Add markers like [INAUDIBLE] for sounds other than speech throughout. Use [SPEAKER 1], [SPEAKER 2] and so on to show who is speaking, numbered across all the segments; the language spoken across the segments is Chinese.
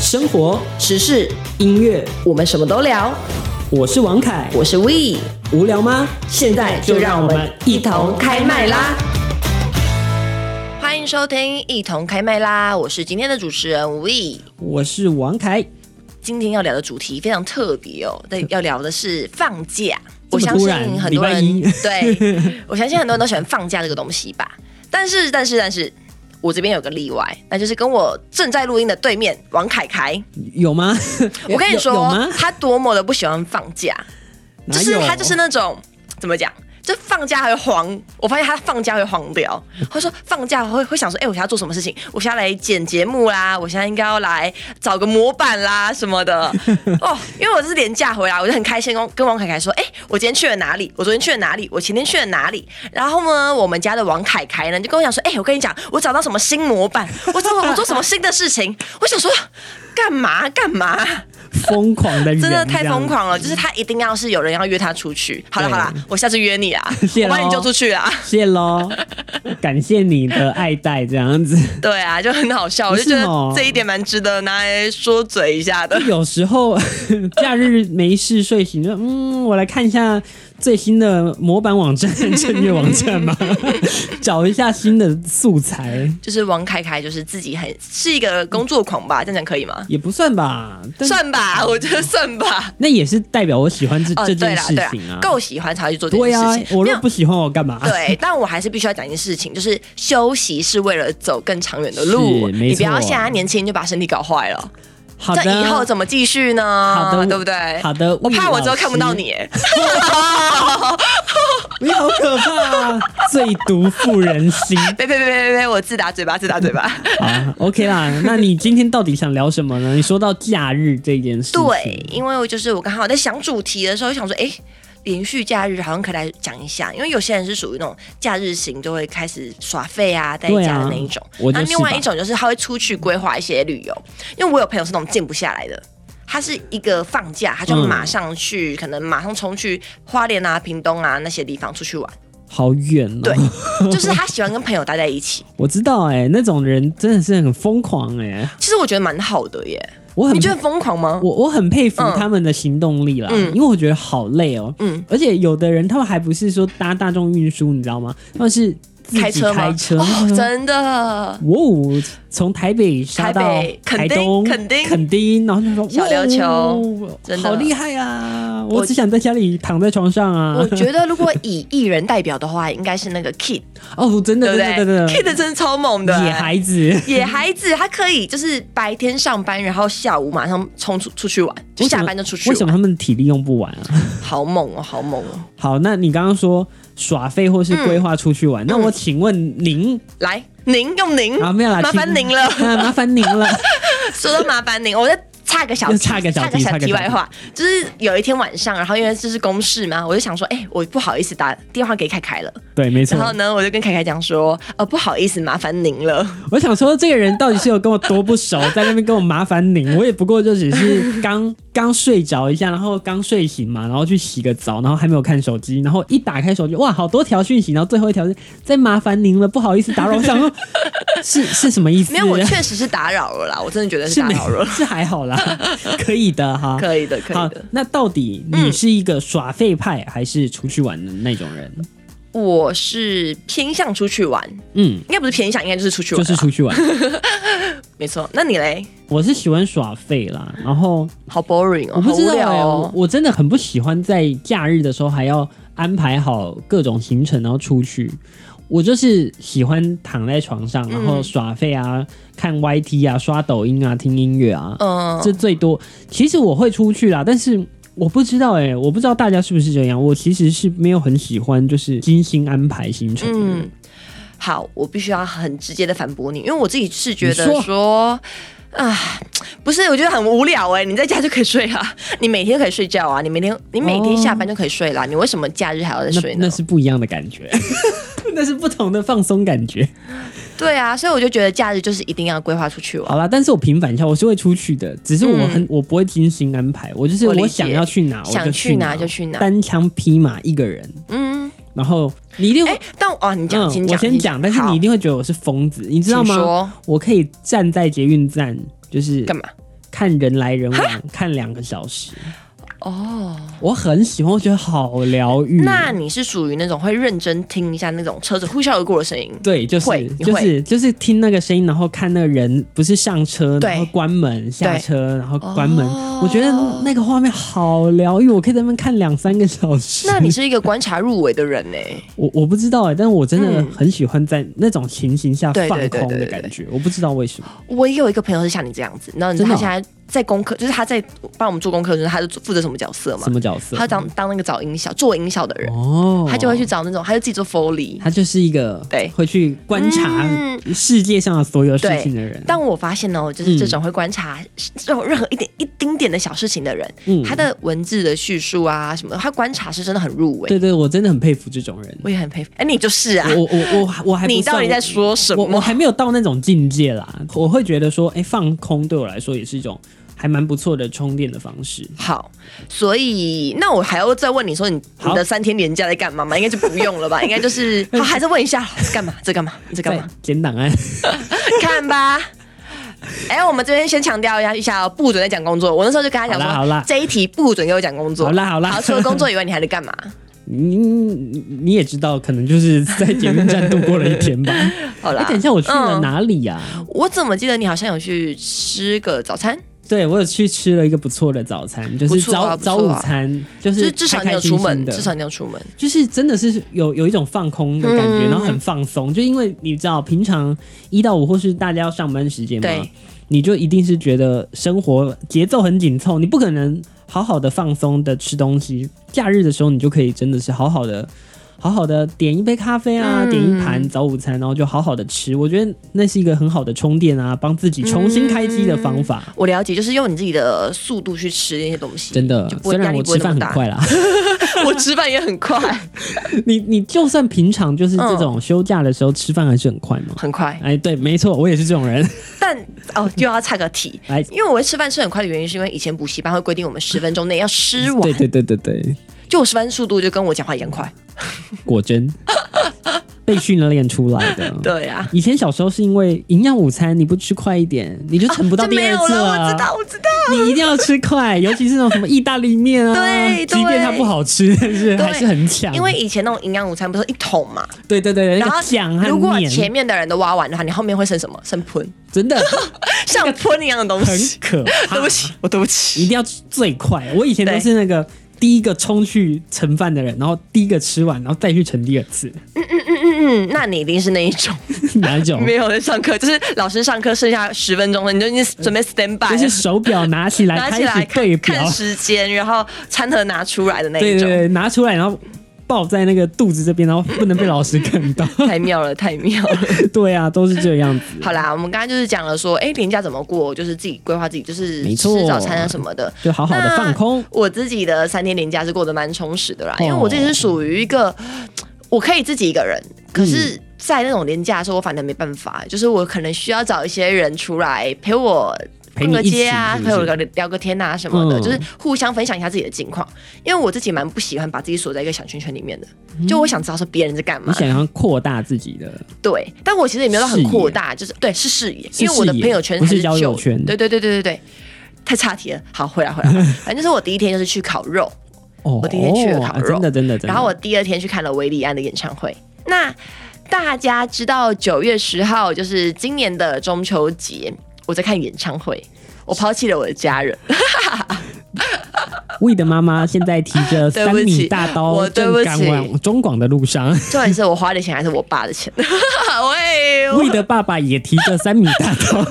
[SPEAKER 1] 生活、
[SPEAKER 2] 时事，
[SPEAKER 1] 音乐，
[SPEAKER 2] 我们什么都聊。
[SPEAKER 1] 我是王凯。
[SPEAKER 2] 我是 We，
[SPEAKER 1] 无聊吗？
[SPEAKER 2] 现在就让我们一同开麦啦！欢迎收听《一同开麦啦》，我是今天的主持人 We。
[SPEAKER 1] 我是王凯。
[SPEAKER 2] 今天要聊的主题非常特别哦，对，要聊的是放假。
[SPEAKER 1] 这
[SPEAKER 2] 我
[SPEAKER 1] 么
[SPEAKER 2] 相
[SPEAKER 1] 突
[SPEAKER 2] 信
[SPEAKER 1] 然
[SPEAKER 2] 很多人
[SPEAKER 1] 礼拜
[SPEAKER 2] 对，我相信很多人都喜欢放假这个东西吧。但是，但是，但是我这边有个例外，那就是跟我正在录音的对面王凯凯。
[SPEAKER 1] 有吗？
[SPEAKER 2] 我跟你
[SPEAKER 1] [LAUGHS] 有有
[SPEAKER 2] 说
[SPEAKER 1] 吗？，
[SPEAKER 2] 他多么的不喜欢放假，
[SPEAKER 1] 哪
[SPEAKER 2] 就是
[SPEAKER 1] 有
[SPEAKER 2] 他就是那种怎么讲？就放假还会慌，我发现他放假会慌掉。他说放假会会想说，哎、我现在要做什么事情？我现在来剪节目啦，我现在应该要来找个模板啦什么的。
[SPEAKER 1] [LAUGHS]
[SPEAKER 2] 哦，因为我是连假回来，我就很开心跟跟王凯凯说，哎、我今天去了哪里？我昨天去了哪里？我前天去了哪里？然后呢，我们家的王凯凯呢就跟我讲说，哎、我跟你讲，我找到什么新模板，我找到我做什么新的事情。我想说，干嘛干嘛？
[SPEAKER 1] 疯狂的人，
[SPEAKER 2] 真的太
[SPEAKER 1] 这样
[SPEAKER 2] 疯。狂了，就是他一定要是有人要约他出去。好了
[SPEAKER 1] 对
[SPEAKER 2] 好了，我下次约你啦，
[SPEAKER 1] [LAUGHS] 谢
[SPEAKER 2] 我
[SPEAKER 1] 咯
[SPEAKER 2] 把你揪出去啦。
[SPEAKER 1] 谢喽，感谢你的爱戴，这样子。
[SPEAKER 2] 对啊，就很好笑，
[SPEAKER 1] 不
[SPEAKER 2] 我就是觉得
[SPEAKER 1] 哦
[SPEAKER 2] 这一点蛮值得拿来说嘴一下的。
[SPEAKER 1] [LAUGHS] 有时候 [LAUGHS] 假日没事睡醒，就嗯，我来看一下最新的模板网站、正月网站
[SPEAKER 2] [LAUGHS]
[SPEAKER 1] 吧，找一下新的素材，
[SPEAKER 2] 就是王凯凯，就是自己很是一个工作狂吧，这样讲可以吗？
[SPEAKER 1] 也不算吧，但
[SPEAKER 2] 算吧，我觉得算吧。
[SPEAKER 1] 那也是代表我喜欢这、
[SPEAKER 2] 哦，
[SPEAKER 1] 这
[SPEAKER 2] 对
[SPEAKER 1] 件
[SPEAKER 2] 啦
[SPEAKER 1] 事
[SPEAKER 2] 对啦
[SPEAKER 1] 情啊，。
[SPEAKER 2] 够喜欢才会去做这
[SPEAKER 1] 对
[SPEAKER 2] 件
[SPEAKER 1] 呀、
[SPEAKER 2] 事情。
[SPEAKER 1] 我
[SPEAKER 2] 没
[SPEAKER 1] 若
[SPEAKER 2] 有
[SPEAKER 1] 不喜欢我干嘛？
[SPEAKER 2] 对，但我还是必须要讲一件事情，就是休息是为了走更长远的路。
[SPEAKER 1] 是没错
[SPEAKER 2] 你不要现在年轻就把身体搞坏了，
[SPEAKER 1] 好
[SPEAKER 2] 这
[SPEAKER 1] 的，
[SPEAKER 2] 以后怎么继续呢？
[SPEAKER 1] 好的
[SPEAKER 2] 对不对？
[SPEAKER 1] 好的，
[SPEAKER 2] 我怕我之
[SPEAKER 1] 之后
[SPEAKER 2] 后看不到，你、欸，
[SPEAKER 1] 你好可怕、啊， [LAUGHS] 最毒妇人
[SPEAKER 2] [LAUGHS]
[SPEAKER 1] 心
[SPEAKER 2] 别别别别别，我自打嘴巴，自打嘴
[SPEAKER 1] [LAUGHS]
[SPEAKER 2] 巴。
[SPEAKER 1] 啊！OK 啦，那你今天到底想聊什么呢？你说到假日这件事情，
[SPEAKER 2] 对，因为我就是我刚好在想主题的时候，就想说，哎、连续假日好像可以来讲一下，因为有些人是属于那种假日型，就会开始耍废啊，待在
[SPEAKER 1] 对
[SPEAKER 2] 家
[SPEAKER 1] 啊
[SPEAKER 2] 的那一种。
[SPEAKER 1] 我
[SPEAKER 2] 那
[SPEAKER 1] 就是
[SPEAKER 2] 另外
[SPEAKER 1] 吧
[SPEAKER 2] 一种就是他会出去规划一些旅游，因为我有朋友是那种静不下来的。他是一个放假，他就
[SPEAKER 1] 嗯
[SPEAKER 2] 马上去，可能马上冲去花莲啊、屏东啊那些地方出去玩。
[SPEAKER 1] 好远哦。
[SPEAKER 2] 对就是他喜欢跟朋友待在一起，
[SPEAKER 1] 我知道哎、那种人真的是很疯狂哎、
[SPEAKER 2] 其实我觉得蛮好的耶。
[SPEAKER 1] 我很
[SPEAKER 2] 你觉得疯狂吗？
[SPEAKER 1] 我我很佩服
[SPEAKER 2] 嗯
[SPEAKER 1] 他们的行动力啦，
[SPEAKER 2] 嗯
[SPEAKER 1] 因为我觉得好累哦、
[SPEAKER 2] 嗯，
[SPEAKER 1] 而且有的人他们还不是说搭大众运输，你知道吗？他们是自己
[SPEAKER 2] 开车吗？
[SPEAKER 1] 开车
[SPEAKER 2] 哦，真
[SPEAKER 1] [LAUGHS]
[SPEAKER 2] 的，
[SPEAKER 1] 哇哦，从台北杀到
[SPEAKER 2] 台北
[SPEAKER 1] 台
[SPEAKER 2] 垦丁
[SPEAKER 1] 东、
[SPEAKER 2] 垦丁
[SPEAKER 1] 垦丁，然后就说
[SPEAKER 2] 小琉球
[SPEAKER 1] 哇哦
[SPEAKER 2] 真的
[SPEAKER 1] 好厉害啊！
[SPEAKER 2] 我
[SPEAKER 1] 我只想在家里躺在床上啊
[SPEAKER 2] 我！觉得如果以艺人代表的话，应该是那个 Kid，
[SPEAKER 1] [LAUGHS] 哦，真
[SPEAKER 2] 对
[SPEAKER 1] 的，真
[SPEAKER 2] 不
[SPEAKER 1] 的，真
[SPEAKER 2] 对
[SPEAKER 1] 的，
[SPEAKER 2] ？Kid 真的超猛
[SPEAKER 1] [LAUGHS]
[SPEAKER 2] 的，
[SPEAKER 1] 野孩子。
[SPEAKER 2] 野孩子，他可以就是白天上班，然后下午马上冲出出去玩，就下班就出去
[SPEAKER 1] 为什么
[SPEAKER 2] 玩，
[SPEAKER 1] 他们体力用不完啊？
[SPEAKER 2] 好猛哦，好猛哦！
[SPEAKER 1] 好，那你刚刚说耍废或是规
[SPEAKER 2] 嗯
[SPEAKER 1] 划出去玩，那我请问您
[SPEAKER 2] 来，您用您
[SPEAKER 1] 啊，没有啦，
[SPEAKER 2] 麻烦
[SPEAKER 1] 请
[SPEAKER 2] 您了
[SPEAKER 1] [LAUGHS] 啊麻烦您
[SPEAKER 2] [LAUGHS]
[SPEAKER 1] 了。
[SPEAKER 2] 说到麻烦您，我再插个小
[SPEAKER 1] 又
[SPEAKER 2] 题
[SPEAKER 1] 插个小题
[SPEAKER 2] 插
[SPEAKER 1] 插
[SPEAKER 2] 个
[SPEAKER 1] 个
[SPEAKER 2] 题
[SPEAKER 1] 小
[SPEAKER 2] 外话，就是有一天晚上，然后因为这是公事嘛，我就想说，哎、我不好意思打电话给凯凯了，
[SPEAKER 1] 对，没
[SPEAKER 2] 然后
[SPEAKER 1] 错。
[SPEAKER 2] 呢，我就跟凯凯讲说，呃，不好意思，麻烦您了。
[SPEAKER 1] 我想说，这个人到底是有跟我多不熟，在那边跟我麻烦您， [LAUGHS] 我也不过就只是刚刚睡着一下，然后刚睡醒嘛，然后去洗个澡，然后还没有看手机，然后一打开手机，哇，好多条讯息，然后最后一条是再麻烦您了，不好意思打扰。我想
[SPEAKER 2] [LAUGHS]
[SPEAKER 1] 说，是是什么意思？
[SPEAKER 2] 没
[SPEAKER 1] [LAUGHS]
[SPEAKER 2] 有，我确实是打扰了啦，我真的觉得是
[SPEAKER 1] 是
[SPEAKER 2] 打
[SPEAKER 1] 没
[SPEAKER 2] 扰了。
[SPEAKER 1] 是还好啦，可以的哈。
[SPEAKER 2] [LAUGHS] 可以的，可
[SPEAKER 1] 好
[SPEAKER 2] 以的。，
[SPEAKER 1] 那到底你是一个耍废派还是出去玩的那种人？
[SPEAKER 2] 我是偏向出去玩，
[SPEAKER 1] 嗯，
[SPEAKER 2] 应该不是偏向，应该就是出去玩
[SPEAKER 1] 就
[SPEAKER 2] 啦。
[SPEAKER 1] 是出去玩。
[SPEAKER 2] 没错。那你嘞？
[SPEAKER 1] 我是喜欢耍废啦，然后
[SPEAKER 2] 好 boring 哦，
[SPEAKER 1] 我不
[SPEAKER 2] 好
[SPEAKER 1] 知
[SPEAKER 2] 无
[SPEAKER 1] 道、欸
[SPEAKER 2] 聊
[SPEAKER 1] 我
[SPEAKER 2] 哦。
[SPEAKER 1] 我真的很不喜欢在假日的时候还要安排好各种行程，然后出去。我就是喜欢躺在床上，然后耍废啊，看 YT 啊，刷抖音啊，听音乐啊，
[SPEAKER 2] 嗯，
[SPEAKER 1] 这最多。其实我会出去啦，但是我不知道哎、我不知道大家是不是这样。我其实是没有很喜欢就是精心安排行程的人。
[SPEAKER 2] 嗯好，我必须要很直接的反驳你，因为我自己是觉
[SPEAKER 1] 你
[SPEAKER 2] 得
[SPEAKER 1] 说
[SPEAKER 2] 说，啊，不是，我觉得很无聊哎、你在家就可以睡啊， [LAUGHS] 你每天都可以睡觉啊，你每天你每天
[SPEAKER 1] 哦
[SPEAKER 2] 下班就可以睡啦，你为什么假日还要再睡
[SPEAKER 1] 那
[SPEAKER 2] 呢
[SPEAKER 1] 那？是不一样的感觉， [LAUGHS] 那是不同的放松感觉。
[SPEAKER 2] 对啊，所以我就觉得假日就是一定要规划出去玩。
[SPEAKER 1] 好啦，但是我平反一下，我是会出去的，只是我很、我不会精心安排，我就是
[SPEAKER 2] 嗯我理解
[SPEAKER 1] 我想要去哪啊我
[SPEAKER 2] 想
[SPEAKER 1] 就
[SPEAKER 2] 去哪
[SPEAKER 1] 哪
[SPEAKER 2] 就去哪
[SPEAKER 1] 单枪匹马一个人，
[SPEAKER 2] 嗯，
[SPEAKER 1] 然后你一定会。
[SPEAKER 2] 哎、但哦，你
[SPEAKER 1] 嗯，
[SPEAKER 2] 讲，请
[SPEAKER 1] 我
[SPEAKER 2] 讲，
[SPEAKER 1] 先
[SPEAKER 2] 请
[SPEAKER 1] 讲，但是
[SPEAKER 2] 好
[SPEAKER 1] 你一定会觉得我是疯子，你知道
[SPEAKER 2] 请
[SPEAKER 1] 吗？
[SPEAKER 2] 说
[SPEAKER 1] 我可以站在捷运站，就是
[SPEAKER 2] 干嘛？
[SPEAKER 1] 看看人来人往，看两个小时，
[SPEAKER 2] 哦，
[SPEAKER 1] 我很喜欢，我觉得好疗愈。
[SPEAKER 2] 那你是属于那种会认真听一下那种车子呼啸而过的
[SPEAKER 1] [LAUGHS]
[SPEAKER 2] 声音，
[SPEAKER 1] 对，就
[SPEAKER 2] 会
[SPEAKER 1] 是
[SPEAKER 2] 你
[SPEAKER 1] 就
[SPEAKER 2] 会
[SPEAKER 1] 是就是听那个声音，然后看那个人不是上车，
[SPEAKER 2] 对
[SPEAKER 1] 然后关门下
[SPEAKER 2] 对
[SPEAKER 1] 车，然后关门
[SPEAKER 2] 哦。
[SPEAKER 1] 我觉得那个画面好疗愈，我可以在那边看两三个小时。
[SPEAKER 2] 那你是一个观察入围的人呢、
[SPEAKER 1] [LAUGHS] 我我不知道哎、但我真的
[SPEAKER 2] 嗯
[SPEAKER 1] 很喜欢在那种情形下
[SPEAKER 2] 对
[SPEAKER 1] 放
[SPEAKER 2] 对对
[SPEAKER 1] 空的
[SPEAKER 2] 对对
[SPEAKER 1] 感
[SPEAKER 2] 对
[SPEAKER 1] 觉，我不知道为什么。
[SPEAKER 2] 我也有一个朋友是像你这样子，然后你知道他
[SPEAKER 1] 真的哦
[SPEAKER 2] 现在在功课，就是他在帮我们做功课的时候，他就负责什么角色嘛
[SPEAKER 1] 什？么角色？
[SPEAKER 2] 他当当那个找音效、做音效的人，
[SPEAKER 1] 哦，嗯
[SPEAKER 2] 他就会去，找那种，他就自己做 Foley。
[SPEAKER 1] 他就是一个
[SPEAKER 2] 对
[SPEAKER 1] 会去观察
[SPEAKER 2] 嗯
[SPEAKER 1] 世界上的所有事
[SPEAKER 2] 对
[SPEAKER 1] 情的人。
[SPEAKER 2] 但我发现呢，就是这种会观察这种任何一点一丁点的小事情的人，
[SPEAKER 1] 嗯
[SPEAKER 2] 他的文字的叙述啊什么的，他观察是真的很入微。
[SPEAKER 1] 对对，我真的很佩服这种人。
[SPEAKER 2] 我也很佩服。哎，你就是啊，
[SPEAKER 1] 我我我我还不
[SPEAKER 2] 你到底
[SPEAKER 1] 算
[SPEAKER 2] 在说什
[SPEAKER 1] 我我
[SPEAKER 2] 么？
[SPEAKER 1] 还没有到那种境界啦，我会觉得说，哎、放空对我来说也是一种还蛮不错的充电的方式。
[SPEAKER 2] 好，所以那我还要再问你说你
[SPEAKER 1] 好
[SPEAKER 2] 你的三天连假在干嘛吗？应该就不用了
[SPEAKER 1] [LAUGHS]
[SPEAKER 2] 吧？应该就是，好，还是问一下这干嘛？这干嘛？这干嘛
[SPEAKER 1] 在？剪档案，[LAUGHS]
[SPEAKER 2] 看吧。哎、我们这边先强调一下一下哦，不准再讲工作。我那时候就跟他讲说，
[SPEAKER 1] 好啦好啦
[SPEAKER 2] 这一题不准给我讲工作。
[SPEAKER 1] 好啦好啦
[SPEAKER 2] 好，除了工作以外，你还能干嘛？
[SPEAKER 1] 你 [LAUGHS] 你你也知道，可能就是在捷运站度过了一
[SPEAKER 2] [LAUGHS]
[SPEAKER 1] 天吧。
[SPEAKER 2] 好
[SPEAKER 1] 哎、
[SPEAKER 2] 啦，
[SPEAKER 1] 等一下，我去了
[SPEAKER 2] 啊嗯
[SPEAKER 1] 哪里呀、
[SPEAKER 2] 我怎么记得你好像有去吃个早餐？
[SPEAKER 1] 对我有去吃了一个不错的早餐，就是
[SPEAKER 2] 不错
[SPEAKER 1] 早、
[SPEAKER 2] 啊不错
[SPEAKER 1] 早
[SPEAKER 2] 啊
[SPEAKER 1] 午餐，就
[SPEAKER 2] 就是是至少
[SPEAKER 1] 开
[SPEAKER 2] 你
[SPEAKER 1] 开
[SPEAKER 2] 有
[SPEAKER 1] 心
[SPEAKER 2] 出
[SPEAKER 1] 心
[SPEAKER 2] 门，
[SPEAKER 1] 的
[SPEAKER 2] 至少你有出门。
[SPEAKER 1] 就是真的是有有一种放空的感觉，
[SPEAKER 2] 嗯
[SPEAKER 1] 然后很放松。就因为你知道，平常一到五或是大家要上班时间嘛
[SPEAKER 2] 对，
[SPEAKER 1] 你就一定是觉得生活节奏很紧凑，你不可能好好的放松的吃东西。假日的时候，你就可以真的是好好的。好好的点一杯咖啡啊，
[SPEAKER 2] 嗯
[SPEAKER 1] 点一盘早午餐，然后就好好的吃。我觉得那是一个很好的充电啊，帮自己重新开机的方法。
[SPEAKER 2] 我了解，就是用你自己的速度去吃那些东西，
[SPEAKER 1] 真的
[SPEAKER 2] 就，不会
[SPEAKER 1] 虽
[SPEAKER 2] 压
[SPEAKER 1] 然
[SPEAKER 2] 力
[SPEAKER 1] 我
[SPEAKER 2] 不会
[SPEAKER 1] 吃
[SPEAKER 2] 那
[SPEAKER 1] 饭
[SPEAKER 2] 么
[SPEAKER 1] 很
[SPEAKER 2] 大。
[SPEAKER 1] 快啦， [LAUGHS]
[SPEAKER 2] 我吃饭也很快，
[SPEAKER 1] 你你就算平常就是这
[SPEAKER 2] 嗯
[SPEAKER 1] 种休假的时候吃饭还是很快嘛。
[SPEAKER 2] 很快。
[SPEAKER 1] 哎，对，没错，我也是这种人。
[SPEAKER 2] 但哦，又要岔个题
[SPEAKER 1] 来，
[SPEAKER 2] 因为我会吃饭吃很快的原因，是因为以前补习班会规定我们十分钟内要吃完
[SPEAKER 1] 对，对对对对，
[SPEAKER 2] 就我吃饭速度就跟我讲话一样快。
[SPEAKER 1] 果真被训练出来的。
[SPEAKER 2] 对啊，
[SPEAKER 1] 以前小时候是因为营养午餐你不吃快一点，你就撑不到
[SPEAKER 2] 啊这
[SPEAKER 1] 第
[SPEAKER 2] 没
[SPEAKER 1] 二
[SPEAKER 2] 有
[SPEAKER 1] 次啊
[SPEAKER 2] 了，我知道，我知道。
[SPEAKER 1] 你一定要吃快，尤其是那种什么意大利面啊，
[SPEAKER 2] 对对
[SPEAKER 1] 即便它不好吃，但是
[SPEAKER 2] 对
[SPEAKER 1] 还是很抢。
[SPEAKER 2] 因为以前那种营养午餐不是一桶嘛，
[SPEAKER 1] 对对对，嗯那
[SPEAKER 2] 然后
[SPEAKER 1] 个酱
[SPEAKER 2] 如
[SPEAKER 1] 和
[SPEAKER 2] 果前
[SPEAKER 1] 面
[SPEAKER 2] 面的人都挖完的话，你后面会剩什么？剩喷，
[SPEAKER 1] 真
[SPEAKER 2] [LAUGHS]
[SPEAKER 1] 的
[SPEAKER 2] 像喷一样的东
[SPEAKER 1] 很
[SPEAKER 2] 西。
[SPEAKER 1] 可怕。
[SPEAKER 2] [LAUGHS] 对不起，我对不
[SPEAKER 1] 一
[SPEAKER 2] 起。
[SPEAKER 1] 定要最快。我以前都
[SPEAKER 2] 对
[SPEAKER 1] 是那个第一个冲去盛饭的人，然后第一个吃完，然后再去盛第二次。 [LAUGHS]
[SPEAKER 2] 嗯，那你一定是那一种
[SPEAKER 1] 哪一种？
[SPEAKER 2] 没有在上课，就是老师上课剩下十分钟了，你就已经准备 stand by，
[SPEAKER 1] 就是
[SPEAKER 2] 了
[SPEAKER 1] 手表拿起来
[SPEAKER 2] [LAUGHS] 拿
[SPEAKER 1] 开
[SPEAKER 2] 起来
[SPEAKER 1] 始对
[SPEAKER 2] 看
[SPEAKER 1] 表
[SPEAKER 2] 看，时间，然后餐盒拿出来的那
[SPEAKER 1] 对
[SPEAKER 2] 一
[SPEAKER 1] 对
[SPEAKER 2] 种。
[SPEAKER 1] 对，拿出来然后。抱在那个肚子这边，然后不能被老师看
[SPEAKER 2] [LAUGHS]
[SPEAKER 1] 到。
[SPEAKER 2] 太妙了，太妙了！
[SPEAKER 1] [LAUGHS] 对啊，都是这样子。
[SPEAKER 2] 好啦，我们刚刚就是讲了说，哎、廉价怎么过，就是自己规划自己，就是
[SPEAKER 1] 没错
[SPEAKER 2] 吃早餐啊什么的。
[SPEAKER 1] 就好好的放空。
[SPEAKER 2] 我自己的三天连假是过得蛮充实的啦，
[SPEAKER 1] 哦
[SPEAKER 2] 因为我自己是属于一个，我可以自己一个人，可
[SPEAKER 1] 嗯
[SPEAKER 2] 是，在那种连假的时候，我反正没办法，就是我可能需要找一些人出来陪我。
[SPEAKER 1] 陪
[SPEAKER 2] 逛
[SPEAKER 1] 你
[SPEAKER 2] 个街啊
[SPEAKER 1] 一，起是不
[SPEAKER 2] 陪
[SPEAKER 1] 是
[SPEAKER 2] 我聊聊个天啊什么的，
[SPEAKER 1] 嗯
[SPEAKER 2] 就是互相分享一下自己的近况。因为我自己蛮不喜欢把自己锁在一个小圈圈里面的，就我想知道说别人在干嘛
[SPEAKER 1] 你，想要扩大自己的，
[SPEAKER 2] 对，但我其实也没有到很扩大，就是对是视野，因为我的
[SPEAKER 1] 视野
[SPEAKER 2] 朋友圈
[SPEAKER 1] 不
[SPEAKER 2] 还
[SPEAKER 1] 是交
[SPEAKER 2] 旧
[SPEAKER 1] 友圈
[SPEAKER 2] 对对对对对对，太差题了。好，回来回来，回来反正就是我第一天就是去烤肉，
[SPEAKER 1] 哦，
[SPEAKER 2] 我第一天去了烤
[SPEAKER 1] 啊
[SPEAKER 2] 肉
[SPEAKER 1] 真的真的真的。
[SPEAKER 2] 然后我第二天去看了维里安的演唱会。那大家知道九月十号就是今年的中秋节，我在看演唱会，我抛弃了我的家人，
[SPEAKER 1] 魏的妈妈现在提着
[SPEAKER 2] [LAUGHS] 对
[SPEAKER 1] 三
[SPEAKER 2] 不起
[SPEAKER 1] 米大刀，
[SPEAKER 2] 我对不
[SPEAKER 1] 正
[SPEAKER 2] 起
[SPEAKER 1] 赶往中广的路上。
[SPEAKER 2] 重点是我花的钱还是我爸的钱， [LAUGHS] 喂，我
[SPEAKER 1] 魏的爸爸也提着三米大
[SPEAKER 2] [LAUGHS]
[SPEAKER 1] 刀。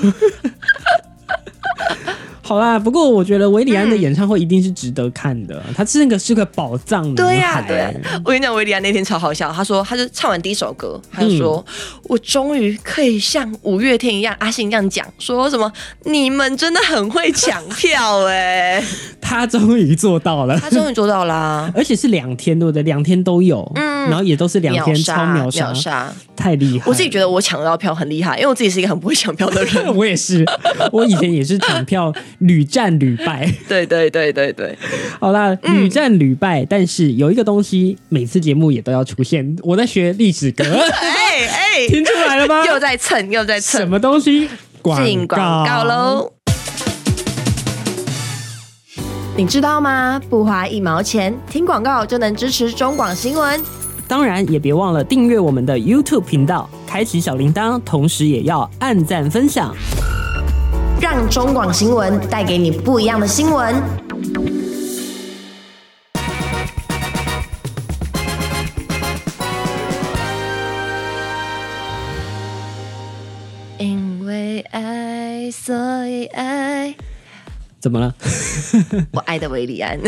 [SPEAKER 1] 好啦，不过我觉得维里安的演唱会一定是值得看的，他是那个是个宝藏女
[SPEAKER 2] 对呀、
[SPEAKER 1] 孩
[SPEAKER 2] 对、呀，我跟你讲，维里安那天超好笑，他说，他就唱完第一首歌，他就说，
[SPEAKER 1] 嗯
[SPEAKER 2] 我终于可以像五月天一样，阿信一样讲，说什么你们真的很会抢票
[SPEAKER 1] [LAUGHS]
[SPEAKER 2] 哎、
[SPEAKER 1] 他终于做到了，
[SPEAKER 2] 他终于做到啦、
[SPEAKER 1] 而且是两天，对不对？两天都有，
[SPEAKER 2] 嗯
[SPEAKER 1] 然后也都是两天超秒
[SPEAKER 2] 秒
[SPEAKER 1] 杀，
[SPEAKER 2] 秒杀！
[SPEAKER 1] 太厉害！
[SPEAKER 2] 我自己觉得我抢到票很厉害，因为我自己是一个很不会抢票
[SPEAKER 1] [LAUGHS]
[SPEAKER 2] 的人。
[SPEAKER 1] 我也
[SPEAKER 2] [LAUGHS]
[SPEAKER 1] 是，我以前也是抢票屡战屡败。
[SPEAKER 2] 对对对
[SPEAKER 1] [LAUGHS]
[SPEAKER 2] 对对，
[SPEAKER 1] 好啦，
[SPEAKER 2] 嗯
[SPEAKER 1] 屡战屡败，但是有一个东西每次节目也都要出现，我在学历史
[SPEAKER 2] [LAUGHS]
[SPEAKER 1] 歌，
[SPEAKER 2] 哎
[SPEAKER 1] [LAUGHS]
[SPEAKER 2] 哎，
[SPEAKER 1] 听出来了吗？ [LAUGHS]
[SPEAKER 2] 又在蹭又在蹭
[SPEAKER 1] 什，么东西？
[SPEAKER 2] 进广告喽！
[SPEAKER 3] 你知道吗？不花一毛钱，听广告就能支持中广新闻。
[SPEAKER 1] 当然也别忘了订阅我们的 YouTube 频道，开启小铃铛，同时也要按赞分享。
[SPEAKER 3] 让中广新闻带给你不一样的新闻。
[SPEAKER 2] 因为爱，所以
[SPEAKER 3] [LAUGHS]
[SPEAKER 2] 爱。
[SPEAKER 1] 怎么了？
[SPEAKER 2] 我爱的维里安，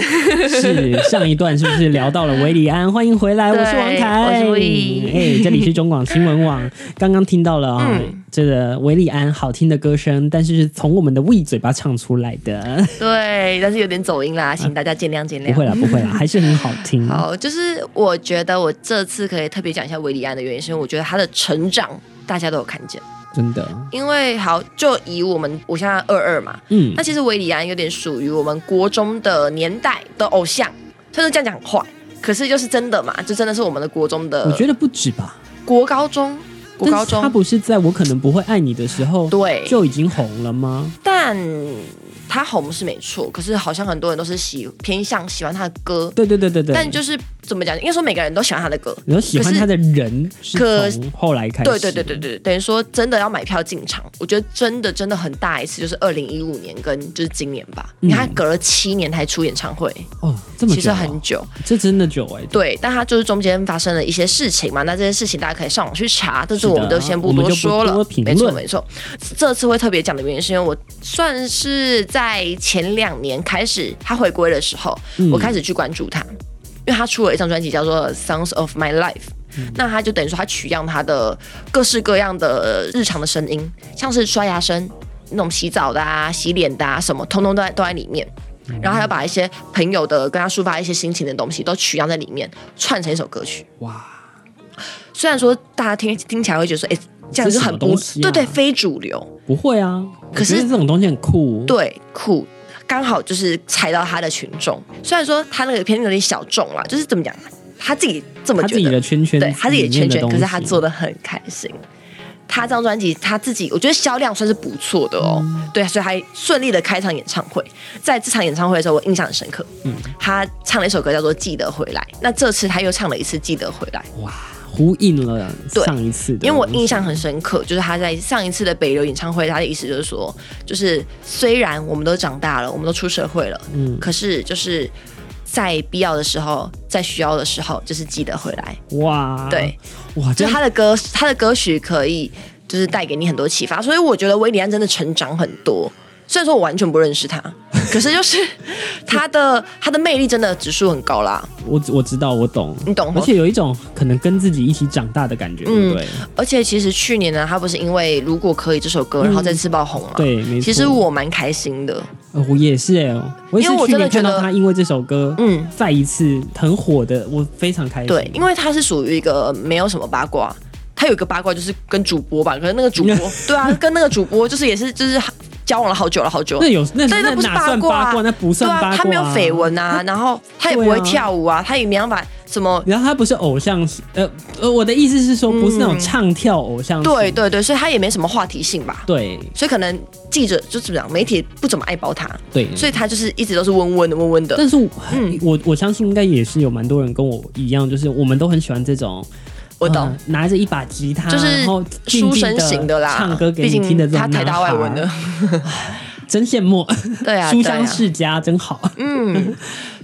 [SPEAKER 1] 是上一段是不是聊到了维里安？欢迎回 [LAUGHS] 来，我是王凯，
[SPEAKER 2] 我是 Wee
[SPEAKER 1] 哎，这里是中广新闻 [LAUGHS] 网。刚刚听到了啊、
[SPEAKER 2] 嗯
[SPEAKER 1] 这个维里安好听的歌声，但是是从我们的 We 嘴巴唱出来 [LAUGHS] 的，
[SPEAKER 2] 对，但是有点走音啦，请大家见谅见谅。
[SPEAKER 1] 不会啦，不会啦，还是很好听。
[SPEAKER 2] 好，哦就是我觉得我这次可以特别讲一下维里安的原因，是因为我觉得他的成长大家都有看见。
[SPEAKER 1] 真的，
[SPEAKER 2] 因为好，就以我们我现在二二嘛，
[SPEAKER 1] 嗯
[SPEAKER 2] 那，其实维里安有点属于我们国中的年代的偶像，虽然说这样讲很坏，可是就是真的嘛，就真的是我们的国中的，
[SPEAKER 1] 我觉得不止吧，
[SPEAKER 2] 国高中，国高
[SPEAKER 1] 但是他
[SPEAKER 2] 中，
[SPEAKER 1] 不是在我可能不会爱你的时候，
[SPEAKER 2] 对
[SPEAKER 1] 就已经红了吗？
[SPEAKER 2] 但他红是没错，可是好像很多人都是喜偏向喜欢他的歌，
[SPEAKER 1] 对对对对对，
[SPEAKER 2] 但就是怎么讲，应该说每个人都喜欢他的歌，
[SPEAKER 1] 你说喜欢
[SPEAKER 2] 可是
[SPEAKER 1] 他的人
[SPEAKER 2] 可
[SPEAKER 1] 是从后来开始，
[SPEAKER 2] 对对对对，对，等于说真的要买票进场，我觉得真的真的很大一次，就是二零一五年跟就是今年吧，你看他隔了七年才出演唱会，
[SPEAKER 1] 哦，嗯这么久、
[SPEAKER 2] 其实很，久，
[SPEAKER 1] 这真的久哎、
[SPEAKER 2] 对，但他就是中间发生了一些事情嘛，那这些事情大家可以上网去查，但是我们
[SPEAKER 1] 是的
[SPEAKER 2] 都先
[SPEAKER 1] 我
[SPEAKER 2] 不
[SPEAKER 1] 们
[SPEAKER 2] 多
[SPEAKER 1] 就不
[SPEAKER 2] 说了
[SPEAKER 1] 多，评
[SPEAKER 2] 没错
[SPEAKER 1] 论
[SPEAKER 2] 没错。这次会特别讲的原因是因为我算是在前两年开始他回归的时候，
[SPEAKER 1] 嗯
[SPEAKER 2] 我开始去关注他，因为他出了一张专辑叫做《Sounds of My Life》。那
[SPEAKER 1] 嗯
[SPEAKER 2] 他就等于说，他取样他的各式各样的日常的声音，像是刷牙声、那种洗澡的啊、洗脸的啊，什么通通都在都在里面。
[SPEAKER 1] 嗯
[SPEAKER 2] 然后还要把一些朋友的跟他抒发一些心情的东西都取样在里面，串成一首歌曲。
[SPEAKER 1] 哇，
[SPEAKER 2] 虽然说大家听听起来会觉得说，哎、这
[SPEAKER 1] 这
[SPEAKER 2] 样就是
[SPEAKER 1] 什
[SPEAKER 2] 很
[SPEAKER 1] 么
[SPEAKER 2] 不、
[SPEAKER 1] 东西啊
[SPEAKER 2] 对对非主流，
[SPEAKER 1] 不会啊，
[SPEAKER 2] 可是
[SPEAKER 1] 我觉得这种东西很酷，，
[SPEAKER 2] 对酷，刚好就是踩到他的群众。虽然说他那个片有点小众啦，就是怎么讲，他自己这么
[SPEAKER 1] 他自
[SPEAKER 2] 觉
[SPEAKER 1] 己
[SPEAKER 2] 得
[SPEAKER 1] 的，圈圈，
[SPEAKER 2] 对他自己的圈圈，可是他做
[SPEAKER 1] 的
[SPEAKER 2] 的很开心。他这张专辑他自己，我觉得销量算是不错的哦。
[SPEAKER 1] 嗯
[SPEAKER 2] 对，所以他顺利的开场演唱会。在这场演唱会的时候，我印象很深刻。嗯，他唱了一首歌叫做《记得回来》，那这次他又唱了一次《记得回来》。
[SPEAKER 1] 东西哇，呼应了
[SPEAKER 2] 对
[SPEAKER 1] 上一次的，
[SPEAKER 2] 因为我印象很深刻，就是他在上一次的北流演唱会，他的意思就是说，就是虽然我们都长大了，我们都出社会了，
[SPEAKER 1] 嗯
[SPEAKER 2] 可是就是在必要的时候，在需要的时候，就是记得回来。
[SPEAKER 1] 哇，
[SPEAKER 2] 对，
[SPEAKER 1] 哇，
[SPEAKER 2] 就
[SPEAKER 1] 啊这
[SPEAKER 2] 是他的歌，他的歌曲可以就是带给你很多启发，所以我觉得维里安真的成长很多。虽然说我完全不
[SPEAKER 1] [LAUGHS]
[SPEAKER 2] 认识他，可是就是他的他的魅力真的指数很高啦，
[SPEAKER 1] 我我知道，我懂，
[SPEAKER 2] 你懂
[SPEAKER 1] 而
[SPEAKER 2] 吗？
[SPEAKER 1] 且有一种可能跟自己一起长大的感觉，对不对？
[SPEAKER 2] 而且其实去年呢，他不是因为《如果可以》这首歌，
[SPEAKER 1] 嗯
[SPEAKER 2] 然后再次爆红嘛、
[SPEAKER 1] 对，没错。
[SPEAKER 2] 其实我蛮开心的，
[SPEAKER 1] 呃我也是哎、我也
[SPEAKER 2] 因为
[SPEAKER 1] 是
[SPEAKER 2] 我
[SPEAKER 1] 去
[SPEAKER 2] 真的
[SPEAKER 1] 年看
[SPEAKER 2] 觉
[SPEAKER 1] 到
[SPEAKER 2] 得
[SPEAKER 1] 他因为这首歌，
[SPEAKER 2] 嗯
[SPEAKER 1] 嗯，再一次很火的，我非常开心。
[SPEAKER 2] 对，因为他是属于一个没有什么八卦，他有一个八卦就是跟主播吧，可是那个主
[SPEAKER 1] [LAUGHS]
[SPEAKER 2] 播，对啊，跟那个主播就是也是就是交往了好久了好久
[SPEAKER 1] 那，有 [LAUGHS] 那
[SPEAKER 2] 对那不是
[SPEAKER 1] 哪算
[SPEAKER 2] 八卦啊
[SPEAKER 1] 八卦？那不
[SPEAKER 2] 对
[SPEAKER 1] 算八卦、
[SPEAKER 2] 啊，他没有绯。闻
[SPEAKER 1] [LAUGHS]
[SPEAKER 2] 啊，然后他也不会
[SPEAKER 1] 对啊
[SPEAKER 2] 跳舞啊，他也没办法什么。
[SPEAKER 1] 然后他不是偶像，呃呃，我的意思是说，不是那种唱跳偶像型、
[SPEAKER 2] 嗯对对对，所以他也没什么话题性吧。
[SPEAKER 1] 对
[SPEAKER 2] 所以可能记者就怎么讲，媒体不怎么爱报他，
[SPEAKER 1] 对，
[SPEAKER 2] 所以他就是一直都是温温的温温的。
[SPEAKER 1] 但是我、
[SPEAKER 2] 嗯
[SPEAKER 1] 我我相信应该也是有蛮多人跟我一样，就是我们都很喜欢这种，
[SPEAKER 2] 我懂，
[SPEAKER 1] 呃拿着一把吉他，
[SPEAKER 2] 就是
[SPEAKER 1] 然后静
[SPEAKER 2] 书
[SPEAKER 1] 静
[SPEAKER 2] 生
[SPEAKER 1] 地
[SPEAKER 2] 型的啦，
[SPEAKER 1] 唱歌给
[SPEAKER 2] 毕
[SPEAKER 1] 你听的
[SPEAKER 2] 竟
[SPEAKER 1] 这种
[SPEAKER 2] 他台大
[SPEAKER 1] 男
[SPEAKER 2] 外
[SPEAKER 1] 孩
[SPEAKER 2] 文的，
[SPEAKER 1] 真羡慕，
[SPEAKER 2] [LAUGHS] 对啊，
[SPEAKER 1] 书
[SPEAKER 2] 对啊
[SPEAKER 1] 香世家真好，
[SPEAKER 2] 嗯，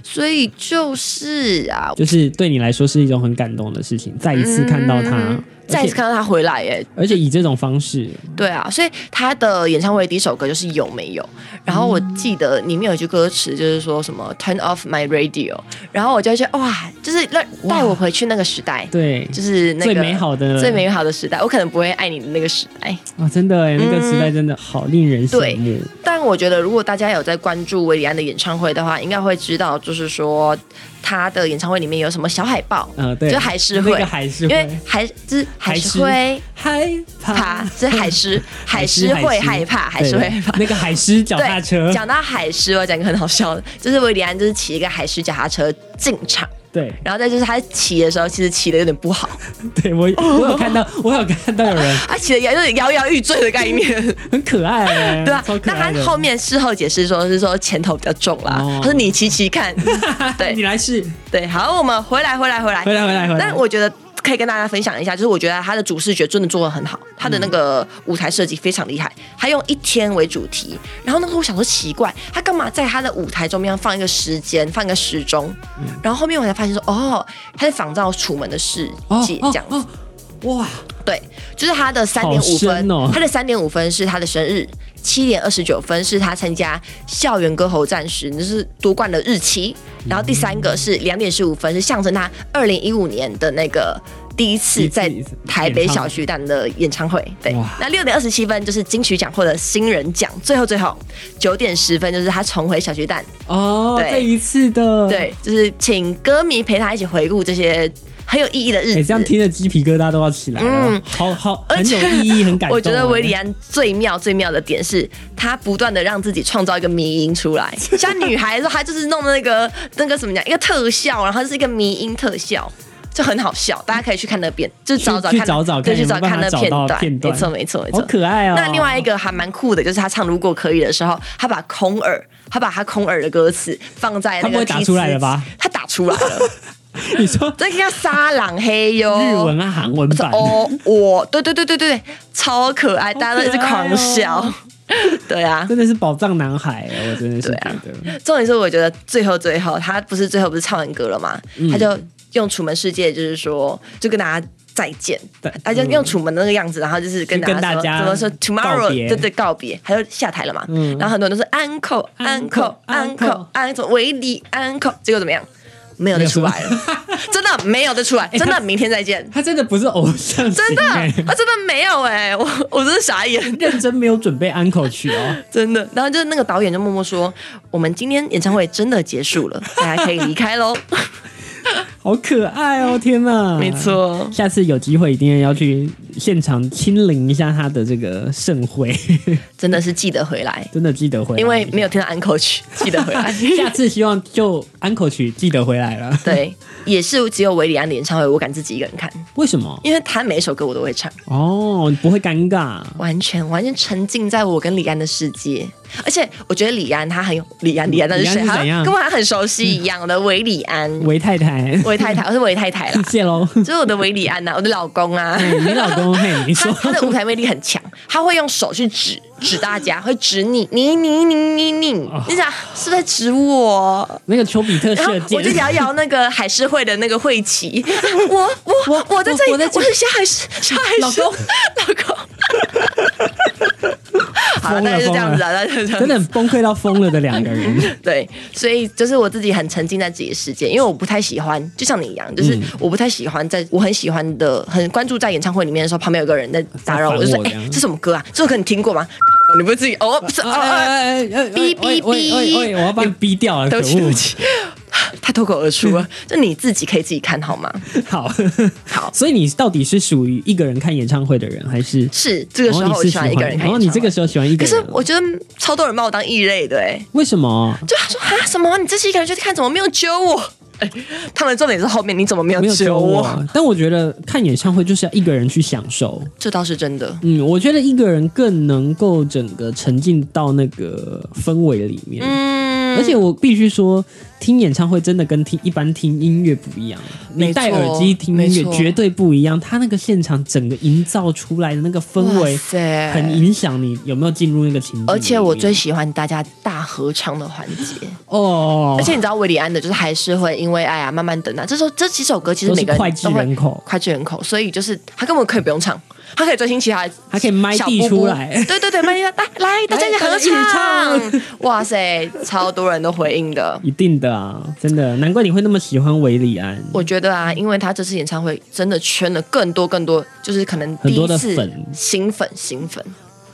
[SPEAKER 2] 所以就是啊，
[SPEAKER 1] 就是对你来说是一种很感动的事情，再一次看到他，
[SPEAKER 2] 嗯再一次看到他回来耶，
[SPEAKER 1] 而且，而且以这种方式，
[SPEAKER 2] 对啊，所以他的演唱会第一首歌就是有没有，然后我记得里面有一句歌词就是说什么 “turn off my radio”，然后我就觉得哇，就是让
[SPEAKER 1] 哇
[SPEAKER 2] 带我回去那个时代，
[SPEAKER 1] 对，
[SPEAKER 2] 就是那个
[SPEAKER 1] 最美好的
[SPEAKER 2] 最美好的时代，我可能不会爱你的那个时代，
[SPEAKER 1] 啊，真的哎，那个时代真的好令人羡慕。
[SPEAKER 2] 但我觉得，如果大家有在关注维里安的演唱会的话，应该会知道，就是说他的演唱会里面有什么小海报，
[SPEAKER 1] 嗯，对，
[SPEAKER 2] 就还是会
[SPEAKER 1] 那个还是
[SPEAKER 2] 因为
[SPEAKER 1] 会
[SPEAKER 2] 还就是还是
[SPEAKER 1] 还是害
[SPEAKER 2] 会
[SPEAKER 1] 怕，[LAUGHS]
[SPEAKER 2] 怕，是海狮，海狮会害怕，还是会害怕
[SPEAKER 1] 对。那个海狮脚踏
[SPEAKER 2] 对，
[SPEAKER 1] 车，
[SPEAKER 2] 讲到海狮，我讲一个很好笑的，就是维里安就是骑一个海狮脚踏车进场，
[SPEAKER 1] 对
[SPEAKER 2] 然后再就是他骑的时候，其实骑的有点不好，
[SPEAKER 1] 对，我
[SPEAKER 2] 哦
[SPEAKER 1] 我有看到，我有看到有人
[SPEAKER 2] 他骑的有点摇摇欲坠的概
[SPEAKER 1] [LAUGHS]
[SPEAKER 2] 念，
[SPEAKER 1] 很可爱、欸，
[SPEAKER 2] [LAUGHS] 对吧、
[SPEAKER 1] 超可
[SPEAKER 2] 那
[SPEAKER 1] 爱的
[SPEAKER 2] 他后面事后解释说是说前头比较重啦，
[SPEAKER 1] 哦
[SPEAKER 2] 他说你骑
[SPEAKER 1] [LAUGHS]
[SPEAKER 2] 骑看，对
[SPEAKER 1] 你来试，
[SPEAKER 2] 对，好，我们回来回来回来
[SPEAKER 1] 回来回来回来。
[SPEAKER 2] 但我觉得可以跟大家分享一下，就是我觉得他的主视觉真的做的很好，他的那个舞台设计非常厉害，他用一天为主题。然后那时候我想说奇怪，他干嘛在他的舞台中央放一个时间，放一个时钟？然后后面我才发现说，哦，他是仿照《楚门的世界》这样子。
[SPEAKER 1] 哦哦哇，
[SPEAKER 2] 对，就是他的三点五
[SPEAKER 1] 好
[SPEAKER 2] 分，
[SPEAKER 1] 深哦
[SPEAKER 2] 他的三点五分是他的生日，七点二十九分是他参加校园歌喉战时，就是夺冠的日期。然后第三个是两点十五分，是象征他二零一五年的那个第一次在
[SPEAKER 1] 第一次
[SPEAKER 2] 台北小巨蛋的演唱会。对
[SPEAKER 1] 哇，
[SPEAKER 2] 那六点二十七分就是金曲奖获得新人奖。最后最后九点十分就是他重回小巨蛋，
[SPEAKER 1] 哦，
[SPEAKER 2] 对
[SPEAKER 1] 这一次的，
[SPEAKER 2] 对，就是请歌迷陪他一起回顾这些很有意义的日
[SPEAKER 1] 哎、
[SPEAKER 2] 子。
[SPEAKER 1] 这样听的鸡皮疙瘩都要起来了，
[SPEAKER 2] 嗯
[SPEAKER 1] 好好
[SPEAKER 2] 而
[SPEAKER 1] 很
[SPEAKER 2] 且
[SPEAKER 1] 有意义，很感动。欸
[SPEAKER 2] 我觉得维里安最妙最妙的点是，他不断的让自己创造一个迷音
[SPEAKER 1] [LAUGHS]
[SPEAKER 2] 出来，像女孩说，她就是弄的那个那个什么讲，一个特效，然后是一个迷音特效。就很好笑，大家可以去看那片，就找找
[SPEAKER 1] 去
[SPEAKER 2] 看
[SPEAKER 1] 去找找看
[SPEAKER 2] 对，去找看那
[SPEAKER 1] 有没有办法找到片段
[SPEAKER 2] 没错没错没
[SPEAKER 1] 好
[SPEAKER 2] 错。
[SPEAKER 1] 可爱哦。
[SPEAKER 2] 那另外一个还蛮酷的，就是他唱《如果可以》的时候，他把空耳，他把他空耳的歌词放在那
[SPEAKER 1] 他不
[SPEAKER 2] 个
[SPEAKER 1] 会
[SPEAKER 2] T
[SPEAKER 1] 打出来了吧？
[SPEAKER 2] 他打出来了，
[SPEAKER 1] [LAUGHS]
[SPEAKER 2] [LAUGHS]
[SPEAKER 1] 你说
[SPEAKER 2] 这个叫沙朗黑哟，
[SPEAKER 1] 日文啊，韩文版，
[SPEAKER 2] 哦，我对对对对对，超可爱，大家都一直
[SPEAKER 1] 哦
[SPEAKER 2] 狂笑。 [LAUGHS] 对啊，
[SPEAKER 1] 真的是宝藏男孩，欸我真的是
[SPEAKER 2] 对
[SPEAKER 1] 觉
[SPEAKER 2] 啊
[SPEAKER 1] 得，
[SPEAKER 2] 重点是我觉得最后最后，他不是最后不是唱完歌了吗？
[SPEAKER 1] 嗯
[SPEAKER 2] 他就用《楚门世界》，就是说，就跟大家。再见
[SPEAKER 1] 对，
[SPEAKER 2] 他就用楚门那个样子，然后就是跟
[SPEAKER 1] 就
[SPEAKER 2] 大家
[SPEAKER 1] 跟
[SPEAKER 2] 说
[SPEAKER 1] 大家
[SPEAKER 2] 怎么说
[SPEAKER 1] 告
[SPEAKER 2] tomorrow，
[SPEAKER 1] 别
[SPEAKER 2] 对对，告别，他就下台了嘛。
[SPEAKER 1] 嗯
[SPEAKER 2] 然后很多人都是 uncle uncle
[SPEAKER 1] uncle，
[SPEAKER 2] uncle uncle 维里 uncle，结果怎么样？没有再出来了，真的没有再出来，
[SPEAKER 1] 哎
[SPEAKER 2] 真的明天再见，
[SPEAKER 1] [LAUGHS] 他真的不是偶像型
[SPEAKER 2] 真的，
[SPEAKER 1] 欸
[SPEAKER 2] 他真的没有哎，我我真是傻眼。
[SPEAKER 1] 认真没有准备安口曲
[SPEAKER 2] [LAUGHS]
[SPEAKER 1] 哦。
[SPEAKER 2] 真的。然后就是那个导演就默默说：“我们今天演唱会真的结束
[SPEAKER 1] [LAUGHS]
[SPEAKER 2] 了，大家可以离开喽。
[SPEAKER 1] 好可爱哦！天哪，”
[SPEAKER 2] 没，错，
[SPEAKER 1] 下次有机会一定要去现场亲临一下他的这个盛会， [LAUGHS]
[SPEAKER 2] 真的是记得回来，
[SPEAKER 1] 真的记得回来。
[SPEAKER 2] 因为没有听到安 n 曲，记得回来。
[SPEAKER 1] [LAUGHS] 下次希望就安口曲记得回来了。
[SPEAKER 2] 对，也是只有维里安的演唱会，我敢自己一个人看，
[SPEAKER 1] 为什么？
[SPEAKER 2] 因为他每一首歌我都会唱，
[SPEAKER 1] 哦，你不会尴尬。
[SPEAKER 2] 完全完全沉浸在我跟李安的世界。而且我觉得李安他很有李安，李安那是
[SPEAKER 1] 李安
[SPEAKER 2] 谁？
[SPEAKER 1] 是
[SPEAKER 2] 好像
[SPEAKER 1] 怎样
[SPEAKER 2] 跟我还很熟悉一样我的维里安，
[SPEAKER 1] [LAUGHS] 韦太太，，
[SPEAKER 2] 维太太，我是维太太啦
[SPEAKER 1] 谢
[SPEAKER 2] [LAUGHS]
[SPEAKER 1] 喽。
[SPEAKER 2] 就是我的维里安呐、我的老公啊。
[SPEAKER 1] 你老公嘿，你
[SPEAKER 2] 他
[SPEAKER 1] 说
[SPEAKER 2] 他的舞台魅力很强，他会用手去指指大家，会指你， [LAUGHS] 你你你你你，你想是在指我？
[SPEAKER 1] 那个丘比特
[SPEAKER 2] 然后
[SPEAKER 1] 射
[SPEAKER 2] 我就
[SPEAKER 1] 箭，
[SPEAKER 2] 摇摇那个海事会的那个会旗， [LAUGHS] 我我我在这里，
[SPEAKER 1] 我
[SPEAKER 2] 我
[SPEAKER 1] 在这里
[SPEAKER 2] 是小海狮，小海狮，
[SPEAKER 1] 老公
[SPEAKER 2] [LAUGHS] 老公。好，
[SPEAKER 1] 疯了
[SPEAKER 2] 那就这样子啊，那就这样
[SPEAKER 1] 真
[SPEAKER 2] 子
[SPEAKER 1] 的。很崩溃到疯了的两个
[SPEAKER 2] [LAUGHS]
[SPEAKER 1] 人。
[SPEAKER 2] 对，所以就是我自己很沉浸在自己的世界，因为我不太喜欢，就像你一样，
[SPEAKER 1] 嗯
[SPEAKER 2] 就是我不太喜欢在我很喜欢的、很关注在演唱会里面的时候，旁边有个人在打扰我，就
[SPEAKER 1] 在烦：“
[SPEAKER 2] 说
[SPEAKER 1] 我
[SPEAKER 2] 哎、
[SPEAKER 1] 这样哎
[SPEAKER 2] 这什么歌啊？这首歌你听
[SPEAKER 1] [LAUGHS]
[SPEAKER 2] 过吗？”你不会自己哦，不是哦，哦
[SPEAKER 1] 哔我要把你逼掉了，可
[SPEAKER 2] 对不起，对
[SPEAKER 1] 恶
[SPEAKER 2] 不！起，太脱口而出了。就你自己可以自己看好吗？
[SPEAKER 1] [LAUGHS] 好， [LAUGHS] 所以你到底是属于一个人看演唱会的人，还是
[SPEAKER 2] 是这个时
[SPEAKER 1] 然
[SPEAKER 2] 候
[SPEAKER 1] 后
[SPEAKER 2] 我
[SPEAKER 1] 你是
[SPEAKER 2] 喜欢一个人看演唱
[SPEAKER 1] 然哦
[SPEAKER 2] 会。
[SPEAKER 1] 后你这个时候喜欢一个
[SPEAKER 2] 可
[SPEAKER 1] 人
[SPEAKER 2] 是，我觉得超多人把我当异类的哎、
[SPEAKER 1] 为什么
[SPEAKER 2] 就他说啊什么你自己一个人去看，怎么没有揪我？ [LAUGHS] 哎他们重点是后面你怎么没有
[SPEAKER 1] 没有
[SPEAKER 2] 揪
[SPEAKER 1] 救
[SPEAKER 2] 我？
[SPEAKER 1] 我？但我觉得看演唱会就是要一个人去享受。
[SPEAKER 2] 这倒是真的。
[SPEAKER 1] 嗯，我觉得一个人更能够整个沉浸到那个氛围里面。
[SPEAKER 2] 嗯，
[SPEAKER 1] 而且我必须说，听演唱会真的跟听一般听音乐不一样。
[SPEAKER 2] 没错
[SPEAKER 1] 你戴耳机听音
[SPEAKER 2] 没错
[SPEAKER 1] 乐绝对不一样，它那个现场整个营造出来的那个氛围
[SPEAKER 2] 哇，塞
[SPEAKER 1] 很影响你有没有进入那个情境里面。
[SPEAKER 2] 而且我最喜欢大家大合唱的环节，
[SPEAKER 1] 哦，
[SPEAKER 2] 而且你知道维里安的，就是还是会因为爱啊，慢慢等啊。这首这几首歌其实
[SPEAKER 1] 都
[SPEAKER 2] 每
[SPEAKER 1] 是
[SPEAKER 2] 个人
[SPEAKER 1] 脍炙
[SPEAKER 2] 都会
[SPEAKER 1] 人口，
[SPEAKER 2] 脍炙人口，所以就是他根本可以不用唱，他可以专心其他的，
[SPEAKER 1] 还可以麦
[SPEAKER 2] 小
[SPEAKER 1] 地
[SPEAKER 2] 步步
[SPEAKER 1] [LAUGHS] 出来
[SPEAKER 2] 对对对，麦地来来，大家一起合
[SPEAKER 1] 大家一
[SPEAKER 2] 唱， [LAUGHS] 哇塞，超多人都回应的。
[SPEAKER 1] 一定的啊，真的，难怪你会那么喜欢维里安。
[SPEAKER 2] 我觉得啊，因为他这次演唱会真的圈了更多更多，就是可能第
[SPEAKER 1] 很多
[SPEAKER 2] 一
[SPEAKER 1] 的
[SPEAKER 2] 次
[SPEAKER 1] 粉
[SPEAKER 2] 新粉新粉，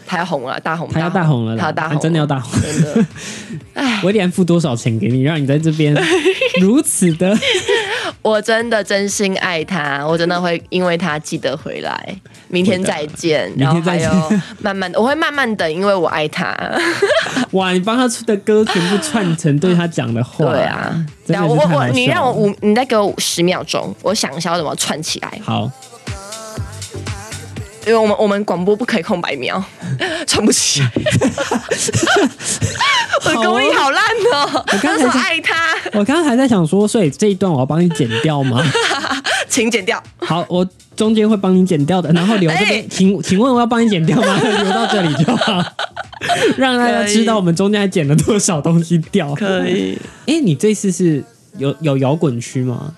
[SPEAKER 2] 他要红了，大红，
[SPEAKER 1] 他要大红了啦
[SPEAKER 2] 他要大
[SPEAKER 1] 他
[SPEAKER 2] 红了，
[SPEAKER 1] 真的要大红 [LAUGHS]
[SPEAKER 2] 真的。 [LAUGHS]
[SPEAKER 1] 维里安付多少钱给你，让你在这边如此的
[SPEAKER 2] 我真的真心爱他，我真的会因为他记得回来。明天再见，
[SPEAKER 1] 明
[SPEAKER 2] 然后
[SPEAKER 1] 天再
[SPEAKER 2] 还
[SPEAKER 1] 见
[SPEAKER 2] 有慢慢，我会慢慢等，因为我爱
[SPEAKER 1] [LAUGHS]
[SPEAKER 2] 他。
[SPEAKER 1] 哇，你帮他出的歌全部串成对他讲的话，
[SPEAKER 2] 对啊，
[SPEAKER 1] 真的
[SPEAKER 2] 我
[SPEAKER 1] 是
[SPEAKER 2] 我
[SPEAKER 1] 太好
[SPEAKER 2] 我，你
[SPEAKER 1] 笑
[SPEAKER 2] 让我
[SPEAKER 1] 了
[SPEAKER 2] 五，你再给我十秒钟，我想一下要怎么串起来，
[SPEAKER 1] 好，
[SPEAKER 2] 因为我们我们广播不可以空白秒， [LAUGHS] 串
[SPEAKER 1] [LAUGHS]
[SPEAKER 2] 不起来。我的功力好烂哦！我
[SPEAKER 1] 啊刚才
[SPEAKER 2] 说
[SPEAKER 1] 在
[SPEAKER 2] 爱他，
[SPEAKER 1] 我刚刚还在想说，所以这一段我要帮你剪掉吗？ [LAUGHS]
[SPEAKER 2] 请剪掉。
[SPEAKER 1] 好，我中间会帮你剪掉的，然后留这边，
[SPEAKER 2] 哎
[SPEAKER 1] 请请问我要帮你剪掉
[SPEAKER 2] [LAUGHS]
[SPEAKER 1] 吗？留到这里就好，让大家知道我们中间还剪了多少东西掉。
[SPEAKER 2] 可以。
[SPEAKER 1] 哎、你这次是有有摇滚区吗？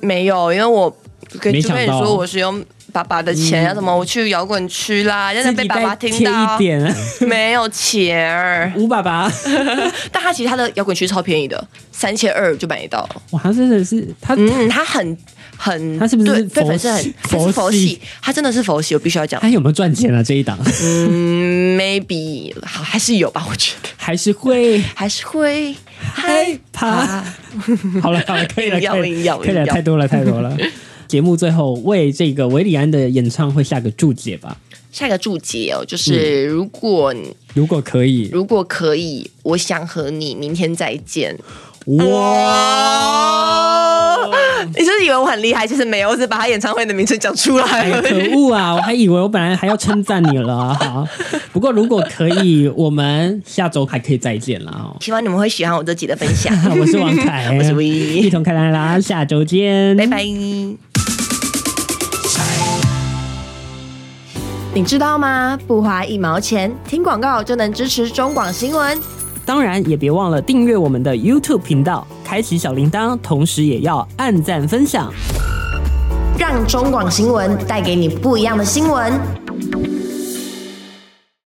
[SPEAKER 2] 没有，因为我跟
[SPEAKER 1] 没
[SPEAKER 2] 就
[SPEAKER 1] 想
[SPEAKER 2] 跟你
[SPEAKER 1] 到嗯
[SPEAKER 2] 说，我是用爸爸的钱，要、怎么我去摇滚区啦，真的
[SPEAKER 1] 自
[SPEAKER 2] 被
[SPEAKER 1] 己
[SPEAKER 2] 爸
[SPEAKER 1] 再
[SPEAKER 2] 爸
[SPEAKER 1] 贴
[SPEAKER 2] 听
[SPEAKER 1] 一
[SPEAKER 2] 到， [LAUGHS]
[SPEAKER 1] 点，
[SPEAKER 2] 没有钱儿。
[SPEAKER 1] 吴爸爸，
[SPEAKER 2] 但他其实他的摇滚区超便宜的，三千二就买得到。
[SPEAKER 1] 哇，他真的是他
[SPEAKER 2] 嗯，他很很，
[SPEAKER 1] 他是不是
[SPEAKER 2] 对对
[SPEAKER 1] 佛
[SPEAKER 2] 粉丝很
[SPEAKER 1] 系
[SPEAKER 2] 他是
[SPEAKER 1] 佛
[SPEAKER 2] 佛
[SPEAKER 1] 系
[SPEAKER 2] 系？他真的是佛系，我必须要讲。
[SPEAKER 1] 他有没有赚钱啊？这
[SPEAKER 2] [LAUGHS]
[SPEAKER 1] 一档
[SPEAKER 2] 嗯，maybe 好还是有吧，我觉得
[SPEAKER 1] 还是会
[SPEAKER 2] 还是会
[SPEAKER 1] 害怕。
[SPEAKER 2] 啊， [LAUGHS]
[SPEAKER 1] 好了好了，可以了，
[SPEAKER 2] 要
[SPEAKER 1] 可以
[SPEAKER 2] 硬要
[SPEAKER 1] 了，可以了，
[SPEAKER 2] 硬要
[SPEAKER 1] 太多了太多
[SPEAKER 2] [LAUGHS]
[SPEAKER 1] 了。节目最后为这个维里安的演唱会下个注解吧，
[SPEAKER 2] 下一个注解哦，就是如果你
[SPEAKER 1] 如果可以，
[SPEAKER 2] 如果可以，我想和你明天再见。哦
[SPEAKER 1] 哇，
[SPEAKER 2] 你是不是以为我很厉害？其实没有，我只把他演唱会的名称讲出来
[SPEAKER 1] 哎呀
[SPEAKER 2] 而
[SPEAKER 1] 可
[SPEAKER 2] 已。
[SPEAKER 1] 恶
[SPEAKER 2] [LAUGHS]
[SPEAKER 1] 啊！我还以为我本来还要称赞你了啊。好不过如果可以，我们下周还可以再见啦哦。
[SPEAKER 2] 希望你们会喜欢我这集的分享，
[SPEAKER 1] [LAUGHS] 我是王凯，
[SPEAKER 2] [LAUGHS] 我是
[SPEAKER 1] [LAUGHS]
[SPEAKER 2] V，
[SPEAKER 1] 一同看啦啦，下周见，
[SPEAKER 2] 拜。拜。
[SPEAKER 3] 你知道吗？不花一毛钱，听广告就能支持中广新闻。
[SPEAKER 1] 当然也别忘了订阅我们的 YouTube 频道，开启小铃铛，同时也要按赞分享。
[SPEAKER 3] 让中广新闻带给你不一样的新闻。